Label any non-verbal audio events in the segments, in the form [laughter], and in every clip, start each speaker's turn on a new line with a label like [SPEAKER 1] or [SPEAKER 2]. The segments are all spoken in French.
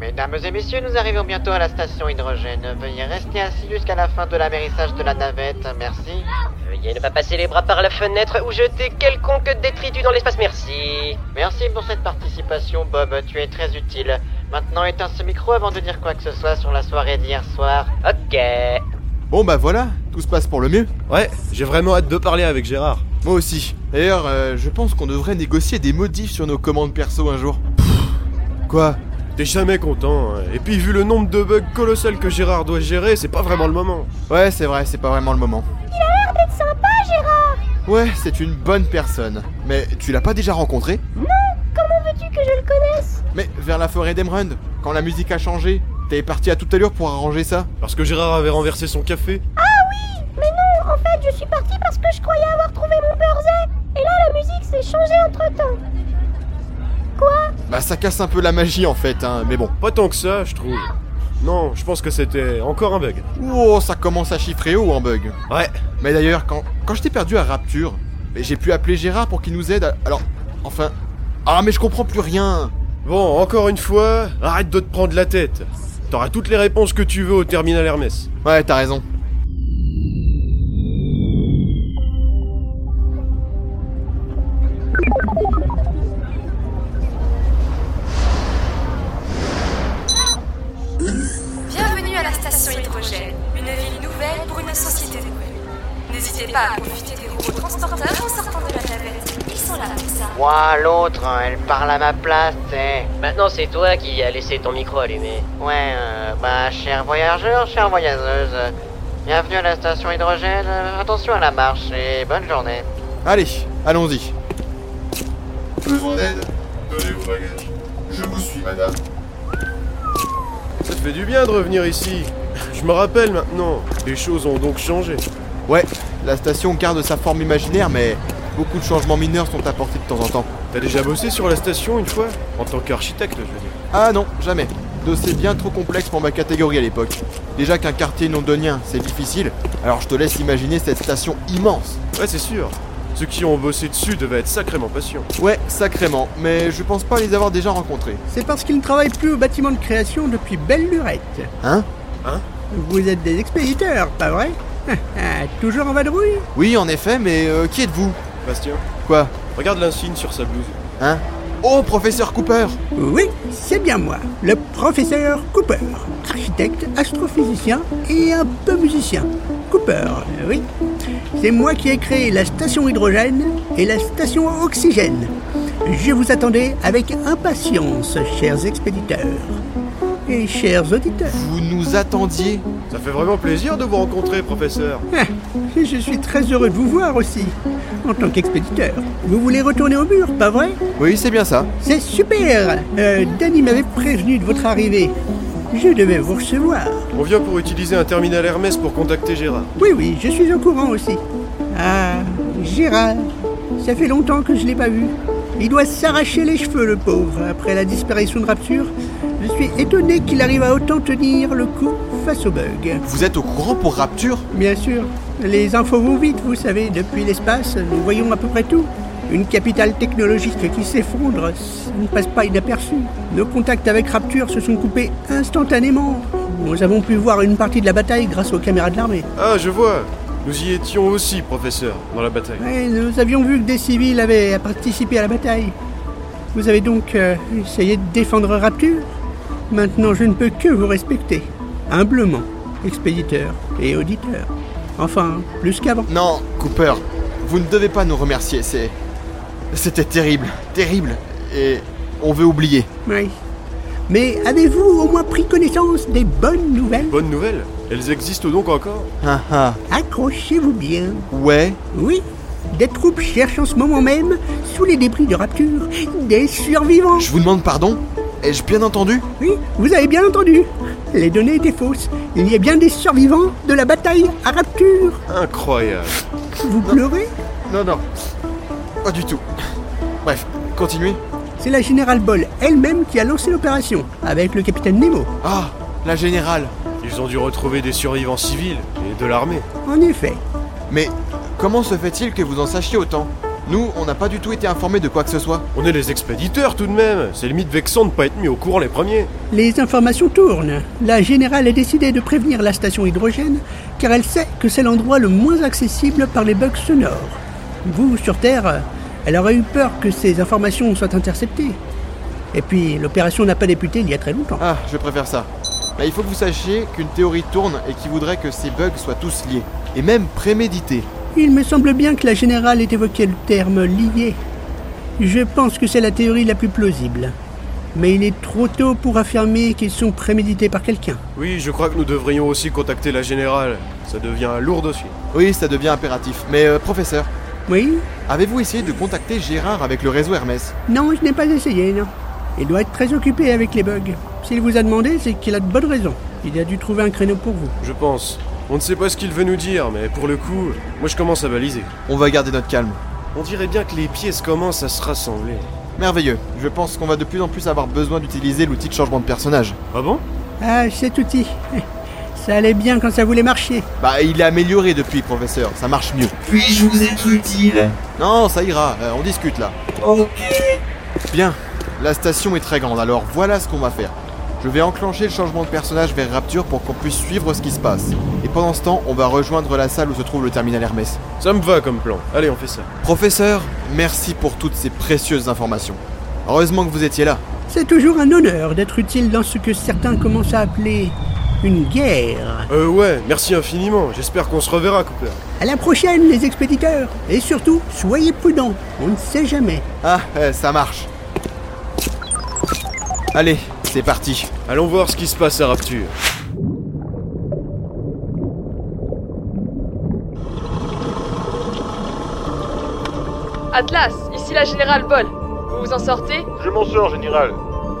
[SPEAKER 1] Mesdames et messieurs, nous arrivons bientôt à la station hydrogène. Veuillez rester assis jusqu'à la fin de l'amérissage de la navette. Merci.
[SPEAKER 2] Veuillez ne pas passer les bras par la fenêtre ou jeter quelconque détritus dans l'espace. Merci.
[SPEAKER 1] Merci pour cette participation, Bob. Tu es très utile. Maintenant, éteins ce micro avant de dire quoi que ce soit sur la soirée d'hier soir.
[SPEAKER 2] Ok.
[SPEAKER 3] Bon bah voilà, tout se passe pour le mieux.
[SPEAKER 4] Ouais, j'ai vraiment hâte de parler avec Gérard.
[SPEAKER 3] Moi aussi. D'ailleurs, euh, je pense qu'on devrait négocier des modifs sur nos commandes perso un jour. Quoi
[SPEAKER 4] T'es jamais content, hein. et puis vu le nombre de bugs colossal que Gérard doit gérer, c'est pas vraiment le moment.
[SPEAKER 3] Ouais, c'est vrai, c'est pas vraiment le moment.
[SPEAKER 5] Peut-être sympa, Gérard
[SPEAKER 3] Ouais, c'est une bonne personne. Mais tu l'as pas déjà rencontré
[SPEAKER 5] Comment veux-tu que je le connaisse
[SPEAKER 3] Mais vers la forêt d'Emerald, quand la musique a changé, t'es parti à toute allure pour arranger ça
[SPEAKER 4] Parce que Gérard avait renversé son café
[SPEAKER 5] Ah Mais non, en fait, je suis partie parce que je croyais avoir trouvé mon Burzet Et là, la musique s'est changée entre-temps
[SPEAKER 3] Bah ça casse un peu la magie en fait, hein, mais bon.
[SPEAKER 4] Pas tant que ça, je trouve. Non, je pense que c'était encore un bug.
[SPEAKER 3] Oh, ça commence à chiffrer haut en bug.
[SPEAKER 4] Ouais,
[SPEAKER 3] Mais d'ailleurs, quand, quand je t'ai perdu à Rapture, mais j'ai pu appeler Gérard pour qu'il nous aide à- Alors, enfin... Ah mais je comprends plus rien
[SPEAKER 4] bon, encore une fois, arrête de te prendre la tête. T'auras toutes les réponses que tu veux au terminal Hermès.
[SPEAKER 3] Ouais, t'as raison.
[SPEAKER 6] Bienvenue à la station Hydrogène, une ville nouvelle pour une société nouvelle. N'hésitez pas à profiter des robots transporteurs en sortant de la navette. Ils sont là pour ça.
[SPEAKER 1] Ouah, l'autre, hein, elle parle à ma place, c'est...
[SPEAKER 2] Maintenant, c'est toi qui as laissé ton micro allumé.
[SPEAKER 1] Ouais, euh, bah, cher voyageur, chère voyageuse, euh, bienvenue à la station hydrogène, euh, attention à la marche et bonne journée.
[SPEAKER 3] Allez, allons-y.
[SPEAKER 7] Besoin d'aide Donnez vos bagages. Je vous suis, madame.
[SPEAKER 4] Ça te fait du bien de revenir ici. Je me rappelle maintenant, les choses ont donc changé.
[SPEAKER 3] Ouais, la station garde sa forme imaginaire, mais beaucoup de changements mineurs sont apportés de temps en temps.
[SPEAKER 4] T'as déjà bossé sur la station une fois En tant qu'architecte, je veux dire.
[SPEAKER 3] Ah non, jamais. Dossier bien trop complexe pour ma catégorie à l'époque. Déjà qu'un quartier londonien, c'est difficile, alors je te laisse imaginer cette station immense.
[SPEAKER 4] Ouais, c'est sûr. Ceux qui ont bossé dessus devaient être sacrément patients.
[SPEAKER 3] Ouais, sacrément, mais je pense pas les avoir déjà rencontrés.
[SPEAKER 8] C'est parce qu'ils ne travaillent plus au bâtiment de création depuis belle lurette.
[SPEAKER 3] Hein
[SPEAKER 4] Hein
[SPEAKER 8] Vous êtes des expéditeurs, pas vrai [laughs] Ah, ah, Toujours en vadrouille
[SPEAKER 3] Oui, en effet, mais euh, qui êtes-vous
[SPEAKER 4] Bastien,
[SPEAKER 3] Quoi
[SPEAKER 4] regarde l'insigne sur sa blouse.
[SPEAKER 3] Hein Oh, professeur Cooper
[SPEAKER 8] Oui, c'est bien moi, le professeur Cooper, architecte, astrophysicien et un peu musicien. Cooper, euh, oui. C'est moi qui ai créé la station hydrogène et la station oxygène. Je vous attendais avec impatience, chers expéditeurs et chers auditeurs.
[SPEAKER 3] Vous nous attendiez
[SPEAKER 4] Ça fait vraiment plaisir de vous rencontrer, professeur.
[SPEAKER 8] Ah, Je suis très heureux de vous voir aussi, en tant qu'expéditeur. Vous voulez retourner au mur, pas vrai
[SPEAKER 3] Oui, c'est bien ça.
[SPEAKER 8] C'est super Euh, Danny m'avait prévenu de votre arrivée. Je devais vous recevoir.
[SPEAKER 4] On vient pour utiliser un terminal Hermès pour contacter Gérard.
[SPEAKER 8] Oui, oui, je suis au courant aussi. Ah, Gérard, ça fait longtemps que je ne l'ai pas vu. Il doit s'arracher les cheveux, le pauvre, après la disparition de Rapture. Je suis étonné qu'il arrive à autant tenir le coup face au bug.
[SPEAKER 3] Vous êtes au courant pour Rapture
[SPEAKER 8] Bien sûr. Les infos vont vite, vous savez. Depuis l'espace, nous voyons à peu près tout. Une capitale technologique qui s'effondre, ça ne passe pas inaperçu. Nos contacts avec Rapture se sont coupés instantanément. Nous avons pu voir une partie de la bataille grâce aux caméras de l'armée.
[SPEAKER 4] Ah, je vois. Nous y étions aussi, professeur, dans la bataille.
[SPEAKER 8] Ouais, nous avions vu que des civils avaient participé à la bataille. Vous avez donc euh, essayé de défendre Rapture Maintenant, je ne peux que vous respecter. Humblement, expéditeur et auditeur. Enfin, plus qu'avant.
[SPEAKER 3] Non, Cooper, vous ne devez pas nous remercier, c'est... C'était terrible, terrible, et on veut oublier.
[SPEAKER 8] Oui. Mais avez-vous au moins pris connaissance des bonnes nouvelles
[SPEAKER 4] Bonne nouvelle, elles existent donc encore
[SPEAKER 3] Ah ah,
[SPEAKER 8] Accrochez-vous bien.
[SPEAKER 3] ouais,
[SPEAKER 8] Oui, des troupes cherchent en ce moment même, sous les débris de rapture, des survivants.
[SPEAKER 3] je vous demande pardon Ai-je bien entendu
[SPEAKER 8] Oui, vous avez bien entendu. Les données étaient fausses. Il y a bien des survivants de la bataille à rapture.
[SPEAKER 4] Incroyable.
[SPEAKER 8] Vous pleurez
[SPEAKER 3] Non, non, pas du tout. Bref, continuez.
[SPEAKER 8] C'est la générale Boll elle-même qui a lancé l'opération, avec le capitaine Nemo.
[SPEAKER 3] Ah, la générale.
[SPEAKER 4] Ils ont dû retrouver des survivants civils et de l'armée.
[SPEAKER 8] En effet,
[SPEAKER 3] Mais comment se fait-il que vous en sachiez autant Nous, on n'a pas du tout été informés de quoi que ce soit.
[SPEAKER 4] On est les expéditeurs tout de même. C'est limite vexant de pas être mis au courant les premiers.
[SPEAKER 8] Les informations tournent. La générale a décidé de prévenir la station hydrogène car elle sait que c'est l'endroit le moins accessible par les bugs sonores. Vous, sur Terre, elle aurait eu peur que ces informations soient interceptées. Et puis, l'opération n'a pas débuté il y a très longtemps.
[SPEAKER 3] Ah, je préfère ça. Bah, il faut que vous sachiez qu'une théorie tourne et qui voudrait que ces bugs soient tous liés. Et même prémédités.
[SPEAKER 8] Il me semble bien que la générale ait évoqué le terme lié. Je pense que c'est la théorie la plus plausible. Mais il est trop tôt pour affirmer qu'ils sont prémédités par quelqu'un.
[SPEAKER 4] Oui, je crois que nous devrions aussi contacter la générale. Ça devient un lourd dossier.
[SPEAKER 3] Oui, ça devient impératif. Mais euh, professeur,
[SPEAKER 8] Oui
[SPEAKER 3] avez-vous essayé de contacter Gérard avec le réseau Hermès
[SPEAKER 8] Non, je n'ai pas essayé, non. Il doit être très occupé avec les bugs. S'il vous a demandé, c'est qu'il a de bonnes raisons. Il a dû trouver un créneau pour vous.
[SPEAKER 4] Je pense. On ne sait pas ce qu'il veut nous dire, mais pour le coup, moi je commence à baliser.
[SPEAKER 3] On va garder notre calme.
[SPEAKER 4] On dirait bien que les pièces commencent à se rassembler.
[SPEAKER 3] Merveilleux. Je pense qu'on va de plus en plus avoir besoin d'utiliser l'outil de changement de personnage.
[SPEAKER 4] Ah bon
[SPEAKER 8] Ah, cet outil. [laughs] Ça allait bien quand ça voulait marcher.
[SPEAKER 3] Bah, il est amélioré depuis, professeur. Ça marche mieux.
[SPEAKER 7] Puis-je vous être utile
[SPEAKER 3] Non, ça ira. Euh, on discute là.
[SPEAKER 7] Ok.
[SPEAKER 3] Bien. La station est très grande, alors voilà ce qu'on va faire. Je vais enclencher le changement de personnage vers Rapture pour qu'on puisse suivre ce qui se passe. Et pendant ce temps, on va rejoindre la salle où se trouve le terminal Hermès.
[SPEAKER 4] Ça me va comme plan. Allez, on fait ça.
[SPEAKER 3] Professeur, merci pour toutes ces précieuses informations. Heureusement que vous étiez là.
[SPEAKER 8] C'est toujours un honneur d'être utile dans ce que certains commencent à appeler une guerre.
[SPEAKER 4] Euh ouais, merci infiniment. J'espère qu'on se reverra, Cooper.
[SPEAKER 8] À la prochaine, les expéditeurs. Et surtout, soyez prudents. On ne sait jamais.
[SPEAKER 3] Ah, euh, ça marche. Allez, c'est parti.
[SPEAKER 4] Allons voir ce qui se passe à Rapture.
[SPEAKER 9] Atlas, ici la générale Boll. Vous vous en sortez
[SPEAKER 10] Je m'en sors, général.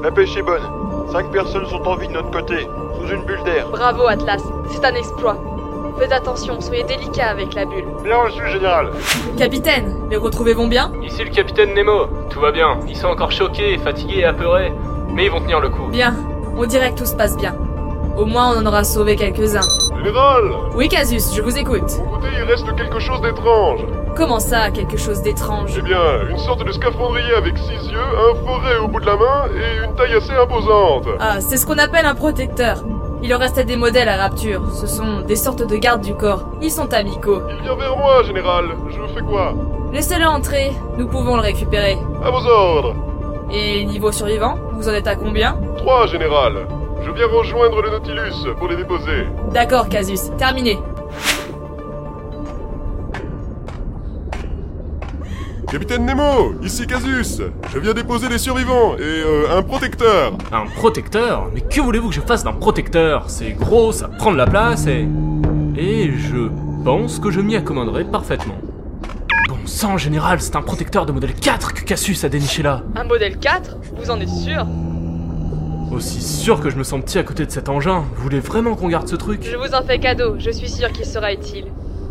[SPEAKER 10] La pêche est bonne. Cinq personnes sont en vie de notre côté, sous une bulle d'air.
[SPEAKER 9] Bravo Atlas, c'est un exploit. Faites attention, soyez délicat avec la bulle.
[SPEAKER 10] Bien reçu, général.
[SPEAKER 6] Capitaine, les retrouvez-vous bien
[SPEAKER 11] Ici le capitaine Nemo, tout va bien. Ils sont encore choqués, fatigués et apeurés, mais ils vont tenir le coup.
[SPEAKER 6] Bien. On dirait que tout se passe bien. Au moins, on en aura sauvé quelques-uns.
[SPEAKER 10] Général
[SPEAKER 6] Oui, Casus, je vous écoute.
[SPEAKER 10] Écoutez, il reste quelque chose d'étrange.
[SPEAKER 6] Comment ça, quelque chose d'étrange
[SPEAKER 10] Eh bien, une sorte de scaphandrier avec six yeux, un forêt au bout de la main et une taille assez imposante.
[SPEAKER 6] Ah, c'est ce qu'on appelle un protecteur. Il en restait des modèles à Rapture. Ce sont des sortes de gardes du corps. Ils sont amicaux.
[SPEAKER 10] Il vient vers moi, général. Je fais quoi
[SPEAKER 6] Laissez-le entrer, nous pouvons le récupérer.
[SPEAKER 10] À vos ordres.
[SPEAKER 6] Et niveau survivant, vous en êtes à combien
[SPEAKER 10] Trois, général. Je viens rejoindre le Nautilus pour les déposer.
[SPEAKER 6] D'accord, Casus, terminé.
[SPEAKER 10] Capitaine Nemo, ici Casus. Je viens déposer les survivants et euh, un protecteur.
[SPEAKER 11] Un protecteur Mais que voulez-vous que je fasse d'un protecteur C'est gros, ça prend de la place et. Et je pense que je m'y accommoderai parfaitement. Bon sang, général, c'est un protecteur de modèle 4 que Cassus a déniché là.
[SPEAKER 9] Un modèle 4 Vous en êtes sûr
[SPEAKER 11] Aussi sûr que je me sens petit à côté de cet engin, vous voulez vraiment qu'on garde ce truc
[SPEAKER 9] Je vous en fais cadeau, je suis sûr qu'il sera utile.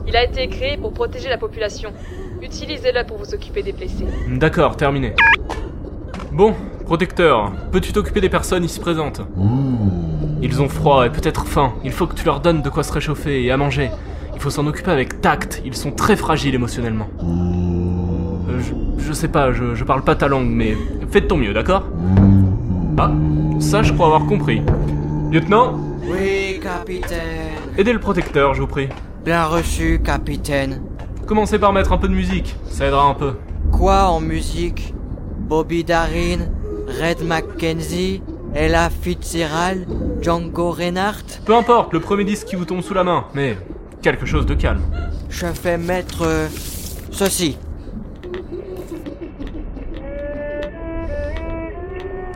[SPEAKER 9] Il a été créé pour protéger la population. Utilisez-le pour vous occuper des blessés.
[SPEAKER 11] D'accord, terminé. Bon, protecteur, peux-tu t'occuper des personnes ici présentes Ils ont froid et peut-être faim. Il faut que tu leur donnes de quoi se réchauffer et à manger. Il faut s'en occuper avec tact. Ils sont très fragiles émotionnellement. Euh, je, je sais pas, je, je parle pas ta langue, mais fais de ton mieux, d'accord Ah, ça je crois avoir compris. Lieutenant,
[SPEAKER 2] Oui, capitaine.
[SPEAKER 11] aidez le protecteur, je vous prie.
[SPEAKER 2] Bien reçu, capitaine.
[SPEAKER 11] Commencez par mettre un peu de musique, ça aidera un peu.
[SPEAKER 2] Quoi en musique Bobby Darin, Red McKenzie, Ella Fitzgerald, Django Reinhardt
[SPEAKER 11] Peu importe le premier disque qui vous tombe sous la main, mais quelque chose de calme.
[SPEAKER 2] Je fais mettre euh, ceci.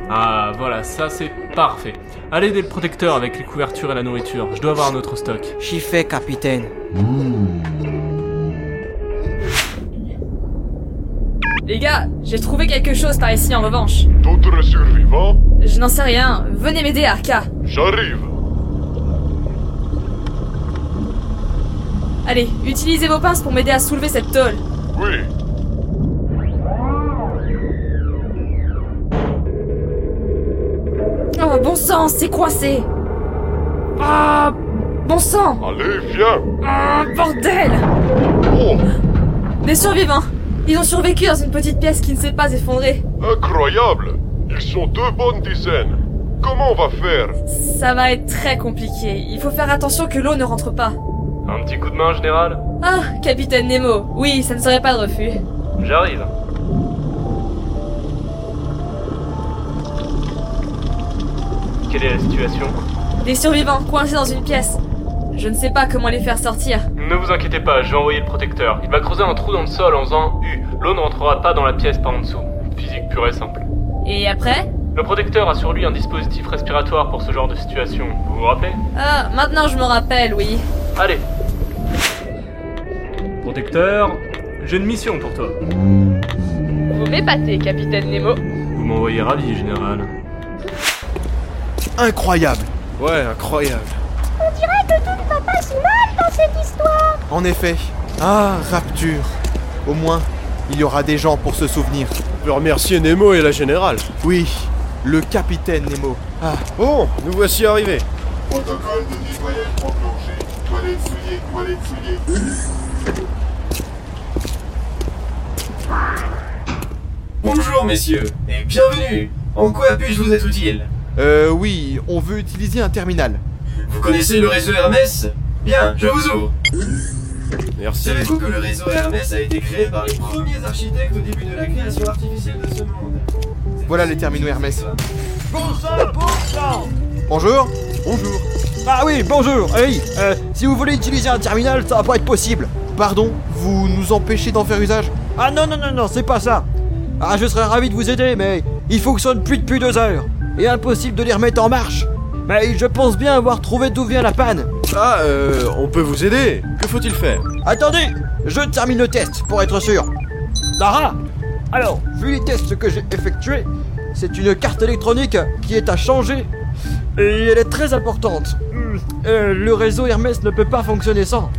[SPEAKER 11] Ah voilà, ça c'est parfait. Allez aider le protecteur avec les couvertures et la nourriture. Je dois avoir un autre stock.
[SPEAKER 2] J'y fais, capitaine.
[SPEAKER 9] Les gars, j'ai trouvé quelque chose par ici en revanche.
[SPEAKER 10] D'autres survivants
[SPEAKER 9] Je n'en sais rien. Venez m'aider, Arca.
[SPEAKER 10] J'arrive.
[SPEAKER 9] Allez, utilisez vos pinces pour m'aider à soulever cette tôle.
[SPEAKER 10] Oui.
[SPEAKER 9] Oh, bon sang, c'est coincé. Ah, bon sang.
[SPEAKER 10] Allez, viens.
[SPEAKER 9] Ah, bordel.
[SPEAKER 10] Oh,
[SPEAKER 9] Des survivants. Ils ont survécu dans une petite pièce qui ne s'est pas effondrée.
[SPEAKER 10] Incroyable Ils sont deux bonnes dizaines. Comment on va faire
[SPEAKER 9] Ça va être très compliqué. Il faut faire attention que l'eau ne rentre pas.
[SPEAKER 11] Un petit coup de main, général
[SPEAKER 9] Ah, capitaine Nemo. Oui, ça ne serait pas de refus.
[SPEAKER 11] J'arrive. Quelle est la situation
[SPEAKER 9] Des survivants coincés dans une pièce. Je ne sais pas comment les faire sortir.
[SPEAKER 11] Ne vous inquiétez pas, je vais envoyer le protecteur. Il va creuser un trou dans le sol en faisant U. L'eau ne rentrera pas dans la pièce par en dessous. Physique pure et simple.
[SPEAKER 9] Et après
[SPEAKER 11] Le protecteur a sur lui un dispositif respiratoire pour ce genre de situation. Vous vous rappelez
[SPEAKER 9] Ah, maintenant je me rappelle, oui.
[SPEAKER 11] Allez. Protecteur, j'ai une mission pour toi.
[SPEAKER 9] Vous m'épatez, capitaine Nemo.
[SPEAKER 11] Vous m'envoyez ravi, général.
[SPEAKER 3] Incroyable
[SPEAKER 4] Ouais, hein. incroyable.
[SPEAKER 5] On dirait que tout ne va pas si mal dans cette histoire.
[SPEAKER 3] En effet. Ah, rapture. Au moins, il y aura des gens pour se souvenir.
[SPEAKER 4] On peut remercier Nemo et la générale.
[SPEAKER 3] Oui, le capitaine Nemo. Ah,
[SPEAKER 4] Bon, nous voici arrivés.
[SPEAKER 7] Protocole de nettoyage enclenché. Toilette souillée, toilette souillée.
[SPEAKER 12] Bonjour messieurs, et bienvenue En quoi puis-je vous être utile
[SPEAKER 3] euh, oui, on veut utiliser un terminal.
[SPEAKER 12] Vous connaissez le réseau Hermès Bien, je vous ouvre
[SPEAKER 4] Merci.
[SPEAKER 12] Savez-vous que le réseau Hermès a été créé par les premiers architectes au début de la création artificielle de ce monde
[SPEAKER 3] Voilà les terminaux Hermès.
[SPEAKER 12] Bonsoir, bonsoir
[SPEAKER 3] Bonjour Bonjour.
[SPEAKER 13] Ah oui, bonjour Oui, euh, si vous voulez utiliser un terminal, ça va pas être possible
[SPEAKER 3] Pardon, vous nous empêchez d'en faire usage
[SPEAKER 13] Ah non, non, non, non, c'est pas ça Ah, je serais ravi de vous aider, mais il fonctionne plus depuis deux heures Et impossible de les remettre en marche Mais je pense bien avoir trouvé d'où vient la panne
[SPEAKER 4] Ah, euh, on peut vous aider. Que faut-il faire
[SPEAKER 13] Attendez Je termine le test, pour être sûr Dara Alors, vu les tests que j'ai effectués, c'est une carte électronique qui est à changer et elle est très importante. Hmm, euh, le réseau Hermès ne peut pas fonctionner sans.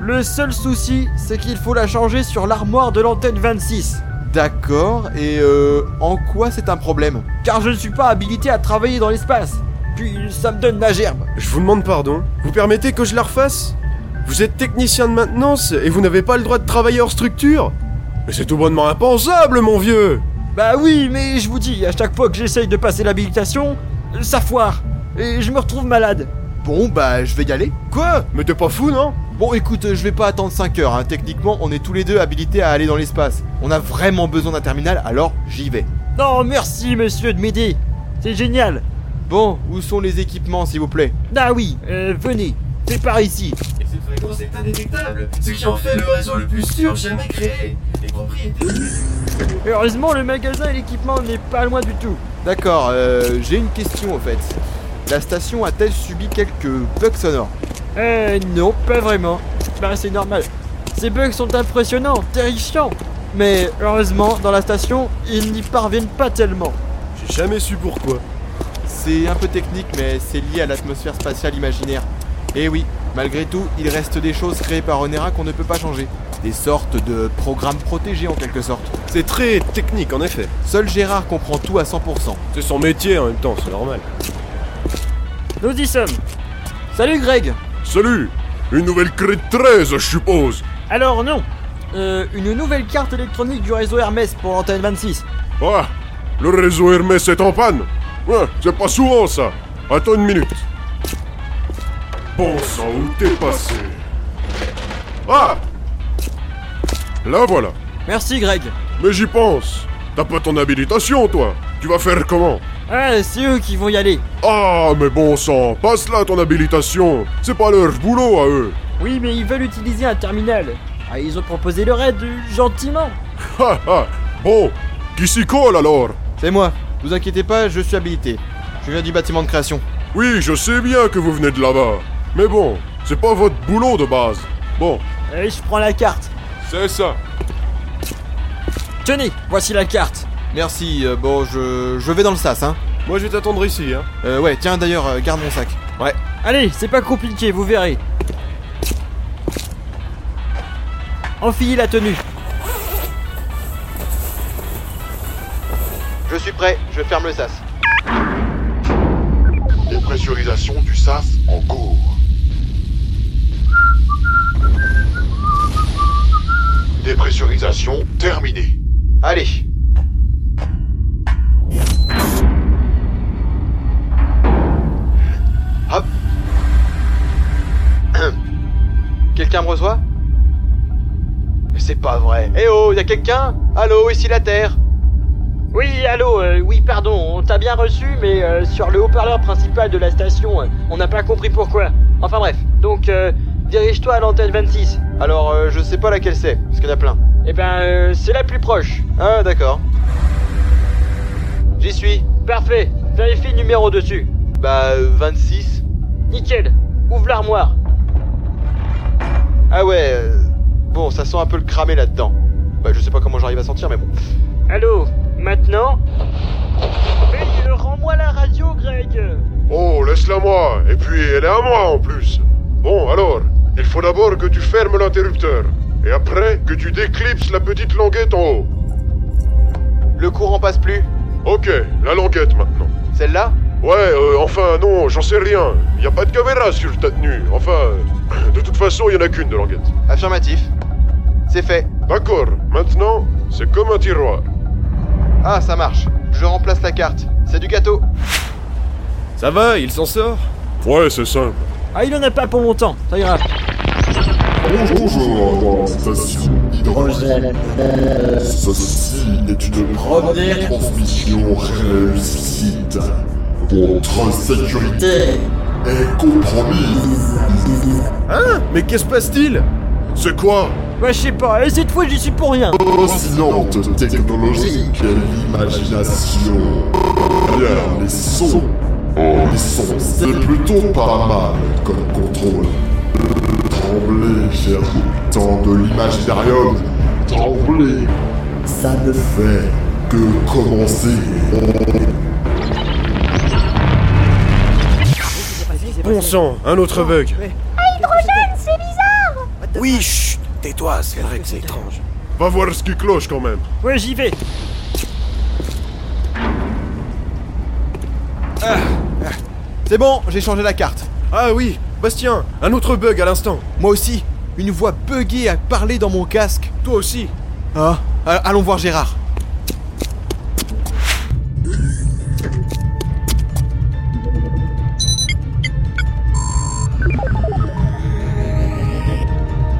[SPEAKER 13] Le seul souci, c'est qu'il faut la changer sur l'armoire de l'antenne 26.
[SPEAKER 3] D'accord, et euh, en quoi c'est un problème
[SPEAKER 13] Car je ne suis pas habilité à travailler dans l'espace. Puis ça me donne la gerbe.
[SPEAKER 4] Je vous demande pardon. Vous permettez que je la refasse Vous êtes technicien de maintenance et vous n'avez pas le droit de travailler hors structure Mais c'est tout bonnement impensable, mon vieux
[SPEAKER 13] Bah oui, mais je vous dis, à chaque fois que j'essaye de passer l'habilitation, euh, ça foire. Et je me retrouve malade.
[SPEAKER 3] Bon, bah, je vais y aller.
[SPEAKER 4] Quoi Mais t'es pas fou, non
[SPEAKER 3] Bon, écoute, euh, je vais pas attendre 5 heures. hein. Techniquement, on est tous les deux habilités à aller dans l'espace. On a vraiment besoin d'un terminal, alors j'y vais.
[SPEAKER 13] Non, merci, monsieur de midi. C'est génial.
[SPEAKER 3] Bon, où sont les équipements, s'il vous plaît
[SPEAKER 13] Ah oui, euh, venez. C'est par ici.
[SPEAKER 12] Et cette fréquence est indétectable, ce qui en fait le réseau le plus sûr jamais créé Les propriétés...
[SPEAKER 13] Heureusement, le magasin et l'équipement n'est pas loin du tout.
[SPEAKER 3] D'accord, euh, j'ai une question au fait. La station a-t-elle subi quelques bugs sonores
[SPEAKER 13] Euh, non, pas vraiment. Bah, c'est normal. Ces bugs sont impressionnants, terrifiants. Mais heureusement, dans la station, ils n'y parviennent pas tellement.
[SPEAKER 4] J'ai jamais su pourquoi.
[SPEAKER 3] C'est un peu technique, mais c'est lié à l'atmosphère spatiale imaginaire. Et oui, malgré tout, il reste des choses créées par Onera qu'on ne peut pas changer. Des sortes de programmes protégés en quelque sorte.
[SPEAKER 4] C'est très technique, en effet.
[SPEAKER 3] Seul Gérard comprend tout à 100%.
[SPEAKER 4] C'est son métier en même temps, c'est normal.
[SPEAKER 13] Nous y sommes. Salut Greg
[SPEAKER 10] Salut Une nouvelle crête 13, je suppose
[SPEAKER 13] Alors non Euh, Une nouvelle carte électronique du réseau Hermès pour l'antenne 26.
[SPEAKER 10] Ah Le réseau Hermès est en panne Ouais, c'est pas souvent ça Attends une minute. Bon sang, où t'es passé Ah Là voilà
[SPEAKER 13] Merci Greg
[SPEAKER 10] Mais j'y pense T'as pas ton habilitation, toi Tu vas faire comment
[SPEAKER 13] Ah, c'est eux qui vont y aller.
[SPEAKER 10] Ah, mais bon sang Passe là ton habilitation C'est pas leur boulot à eux
[SPEAKER 13] Oui, mais ils veulent utiliser un terminal. Ah, ils ont proposé leur aide, euh, gentiment.
[SPEAKER 10] [laughs] Ha ha Bon Qui s'y colle alors
[SPEAKER 3] C'est moi, vous inquiétez pas, je suis habilité. Je viens du bâtiment de création.
[SPEAKER 10] Oui, je sais bien que vous venez de là-bas. Mais bon, c'est pas votre boulot de base. Bon,
[SPEAKER 13] Allez, je prends la carte.
[SPEAKER 10] c'est ça.
[SPEAKER 13] Tenez, voici la carte.
[SPEAKER 3] Merci, euh, bon, je, je vais dans le sas, hein.
[SPEAKER 4] Moi, je vais t'attendre ici, hein.
[SPEAKER 3] Euh, ouais, tiens d'ailleurs, euh, garde mon sac.
[SPEAKER 4] Ouais.
[SPEAKER 13] Allez, c'est pas compliqué, vous verrez. Enfilez la tenue.
[SPEAKER 3] Je suis prêt, je ferme le sas.
[SPEAKER 7] Dépressurisation du SAS en cours. Dépressurisation. Réalisation terminée.
[SPEAKER 3] Allez. Hop. [coughs] Quelqu'un me reçoit Mais C'est pas vrai. Eh oh, y a quelqu'un Allô, ici la Terre
[SPEAKER 14] Oui, allô, euh, oui, pardon, on t'a bien reçu, mais euh, sur le haut-parleur principal de la station, euh, on n'a pas compris pourquoi. Enfin bref, donc euh, dirige-toi à l'antenne 26.
[SPEAKER 3] Alors, euh, je sais pas laquelle c'est, parce qu'il y en a plein.
[SPEAKER 14] Eh ben, euh, c'est la plus proche.
[SPEAKER 3] Ah, d'accord. J'y suis.
[SPEAKER 14] Parfait, vérifie le numéro dessus.
[SPEAKER 3] Bah, euh, 26.
[SPEAKER 14] Nickel, ouvre l'armoire.
[SPEAKER 3] Ah ouais, euh, bon, ça sent un peu le cramé là-dedans. Bah, je sais pas comment j'arrive à sentir, mais bon.
[SPEAKER 14] Allô, maintenant Mais euh, rends-moi la radio, Greg
[SPEAKER 10] Oh, laisse-la moi, et puis elle est à moi en plus. Bon, alors, il faut d'abord que tu fermes l'interrupteur, et après que tu déclipses la petite languette en haut.
[SPEAKER 3] Le courant passe plus
[SPEAKER 10] Ok, la languette maintenant.
[SPEAKER 3] Celle-là
[SPEAKER 10] Ouais, euh, enfin, non, j'en sais rien. Y a pas de caméra sur ta tenue. Enfin, euh, de toute façon, y en a qu'une de languette.
[SPEAKER 3] Affirmatif. C'est fait.
[SPEAKER 10] D'accord, maintenant, c'est comme un tiroir.
[SPEAKER 3] Ah, ça marche. Je remplace la carte. C'est du gâteau.
[SPEAKER 4] Ça va, il s'en sort
[SPEAKER 10] Ouais, c'est simple.
[SPEAKER 13] Ah, il en a pas pour longtemps, ça ira.
[SPEAKER 7] Bonjour, station hydrogène. Ceci est une première transmission réussite. Votre sécurité est compromise.
[SPEAKER 4] Hein Mais qu'est-ce passe-t-il
[SPEAKER 10] C'est quoi
[SPEAKER 13] Bah, je sais pas, et cette fois, j'y suis pour rien.
[SPEAKER 4] Oh,
[SPEAKER 7] Oscillante technologie que l'imagination. Bien, les sons. Oh, les sons, c'est plutôt pas mal comme contrôle. Tremblez, cher temps de l'imaginarium. Tremblez. Ça ne fait que commencer.
[SPEAKER 4] Bon sang, un autre bug.
[SPEAKER 5] Ah, hydrogène, c'est bizarre
[SPEAKER 15] Oui, chut Tais-toi, c'est vrai que c'est étrange.
[SPEAKER 10] Va voir ce qui cloche quand même.
[SPEAKER 13] Ouais, j'y vais.
[SPEAKER 3] Ah, ah. C'est bon, j'ai changé la carte.
[SPEAKER 4] Ah oui, Bastien, un autre bug à l'instant.
[SPEAKER 3] Moi aussi, une voix buggée a parlé dans mon casque.
[SPEAKER 4] Toi aussi.
[SPEAKER 3] Ah, a- allons voir Gérard.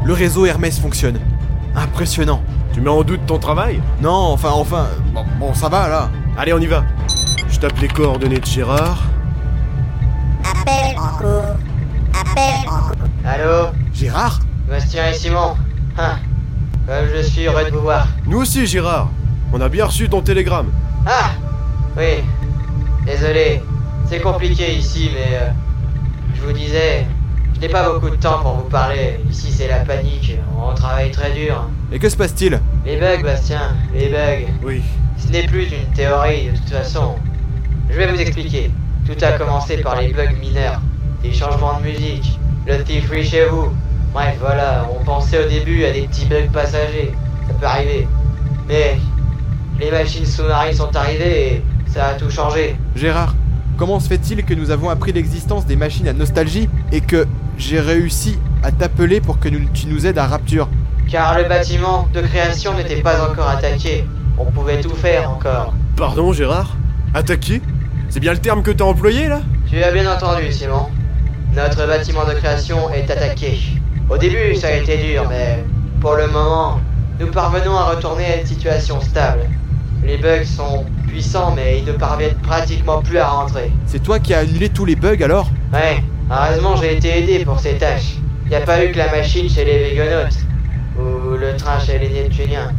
[SPEAKER 3] Le réseau Hermès fonctionne. Impressionnant.
[SPEAKER 4] Tu mets en doute ton travail
[SPEAKER 3] Non, enfin, enfin, bon, bon, ça va là.
[SPEAKER 4] Allez, on y va. Je tape les coordonnées de Gérard.
[SPEAKER 1] Appel en cours. Appel en cours. Allô
[SPEAKER 3] Gérard
[SPEAKER 1] Bastien et Simon. Ah, comme je suis heureux de vous voir.
[SPEAKER 4] Nous aussi, Gérard. On a bien reçu ton télégramme.
[SPEAKER 1] Ah Oui. Désolé. C'est compliqué ici, mais... euh, je vous disais, je n'ai pas beaucoup de temps pour vous parler. Ici, c'est la panique. On travaille très dur.
[SPEAKER 3] Et que se passe-t-il
[SPEAKER 1] Les bugs, Bastien. Les bugs.
[SPEAKER 4] Oui.
[SPEAKER 1] Ce n'est plus une théorie, de toute façon. Je vais vous expliquer. Tout a commencé par les bugs mineurs, des changements de musique, le petit free chez vous. Bref, voilà, on pensait au début à des petits bugs passagers. Ça peut arriver. Mais les machines sous-marines sont arrivées et ça a tout changé.
[SPEAKER 3] Gérard, comment se fait-il que nous avons appris l'existence des machines à nostalgie et que j'ai réussi à t'appeler pour que nous- tu nous aides à Rapture
[SPEAKER 1] Car le bâtiment de création n'était pas encore attaqué. On pouvait tout faire encore.
[SPEAKER 4] Pardon, Gérard Attaqué C'est bien le terme que t'as employé là
[SPEAKER 1] Tu as bien entendu, Simon. Notre bâtiment de création est attaqué. Au début, ça a été dur, mais pour le moment, nous parvenons à retourner à une situation stable. Les bugs sont puissants, mais ils ne parviennent pratiquement plus à rentrer.
[SPEAKER 3] C'est toi qui as annulé tous les bugs alors
[SPEAKER 1] Ouais, heureusement, j'ai été aidé pour ces tâches. Y a pas eu que la machine chez les Végonautes, ou le train chez les Neptuniens.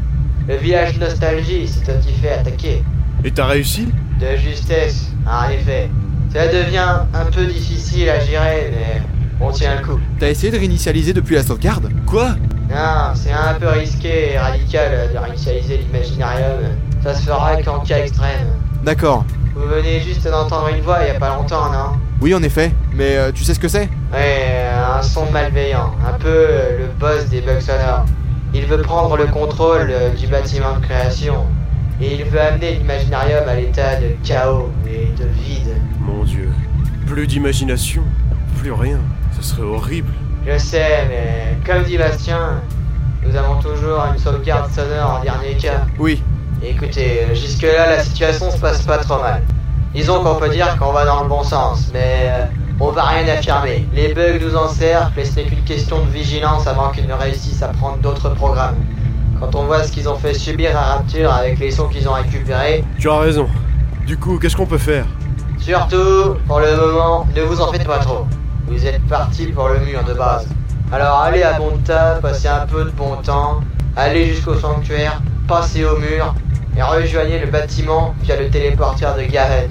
[SPEAKER 1] Le village Nostalgie s'est aussi fait attaquer.
[SPEAKER 4] Et t'as réussi
[SPEAKER 1] De justesse, en effet. Cela devient un peu difficile à gérer, mais on tient le coup.
[SPEAKER 3] T'as essayé de réinitialiser depuis la sauvegarde
[SPEAKER 4] Quoi
[SPEAKER 1] Non, c'est un peu risqué et radical euh, de réinitialiser l'imaginarium. Ça se fera qu'en cas extrême.
[SPEAKER 3] D'accord.
[SPEAKER 1] Vous venez juste d'entendre une voix il y a pas longtemps, non
[SPEAKER 3] Oui, en effet. Mais euh, tu sais ce que c'est
[SPEAKER 1] Ouais, euh, un son malveillant, un peu euh, le boss des bugs sonores. Il veut prendre le contrôle euh, du bâtiment de création. Et il veut amener l'imaginarium à l'état de chaos et de vide.
[SPEAKER 4] Mon dieu. Plus d'imagination, plus rien. Ce serait horrible.
[SPEAKER 1] Je sais, mais comme dit Bastien, Nous avons toujours une sauvegarde sonore en dernier cas.
[SPEAKER 3] Oui.
[SPEAKER 1] Écoutez, euh, jusque-là, la situation se passe pas trop mal. Disons qu'on peut dire qu'on va dans le bon sens, mais euh, on va rien affirmer. Les bugs nous encerclent et ce n'est qu'une question de vigilance avant qu'ils ne réussissent à prendre d'autres programmes. Quand on voit ce qu'ils ont fait subir à Rapture avec les sons qu'ils ont récupérés,
[SPEAKER 4] Tu as raison. Du coup, qu'est-ce qu'on peut faire
[SPEAKER 1] Surtout, pour le moment, ne vous en faites pas trop. Vous êtes parti pour le mur de base. Alors allez à Bonta, passez un peu de bon temps, allez jusqu'au sanctuaire, passez au mur et rejoignez le bâtiment via le téléporteur de Garrett.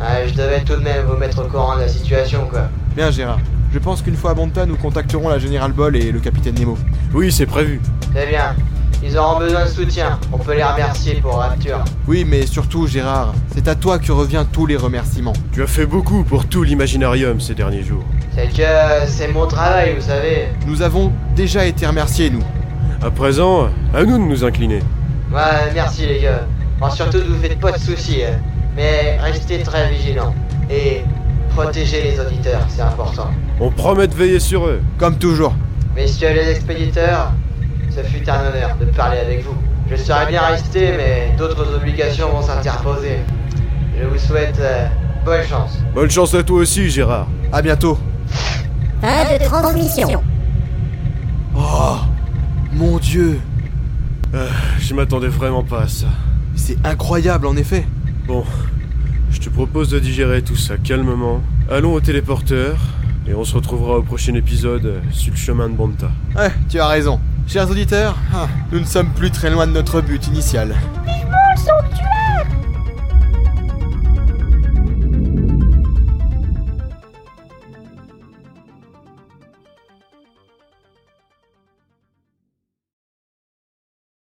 [SPEAKER 1] Ah, je devais tout de même vous mettre au courant de la situation, quoi.
[SPEAKER 3] Bien, Gérard. Je pense qu'une fois à Bonta, nous contacterons la Générale Boll et le capitaine Nemo.
[SPEAKER 4] Oui, c'est prévu.
[SPEAKER 1] Très bien. Ils auront besoin de soutien. On peut les remercier pour Rapture.
[SPEAKER 3] Oui, mais surtout, Gérard, c'est à toi que revient tous les remerciements.
[SPEAKER 4] Tu as fait beaucoup pour tout l'Imaginarium ces derniers jours.
[SPEAKER 1] C'est que euh, c'est mon travail, vous savez.
[SPEAKER 3] Nous avons déjà été remerciés, nous.
[SPEAKER 4] À présent, à nous de nous incliner.
[SPEAKER 1] Ouais, merci les gars. Bon, surtout, ne vous faites pas de soucis, hein. mais restez très vigilants. Et protégez les auditeurs, c'est important.
[SPEAKER 4] On promet de veiller sur eux.
[SPEAKER 3] Comme toujours.
[SPEAKER 1] Messieurs les expéditeurs, ce fut un honneur de parler avec vous. Je serais bien resté, mais d'autres obligations vont s'interposer. Je vous souhaite euh, bonne chance.
[SPEAKER 4] Bonne chance à toi aussi, Gérard.
[SPEAKER 3] À bientôt.
[SPEAKER 5] Fin de transmission.
[SPEAKER 4] Oh Mon dieu Ah, Je m'attendais vraiment pas à ça.
[SPEAKER 3] C'est incroyable, en effet.
[SPEAKER 4] Bon, je te propose de digérer tout ça calmement. Allons au téléporteur et on se retrouvera au prochain épisode euh, sur le chemin de Bonta.
[SPEAKER 3] Eh, Ouais, tu as raison. Chers auditeurs, ah, nous ne sommes plus très loin de notre but initial.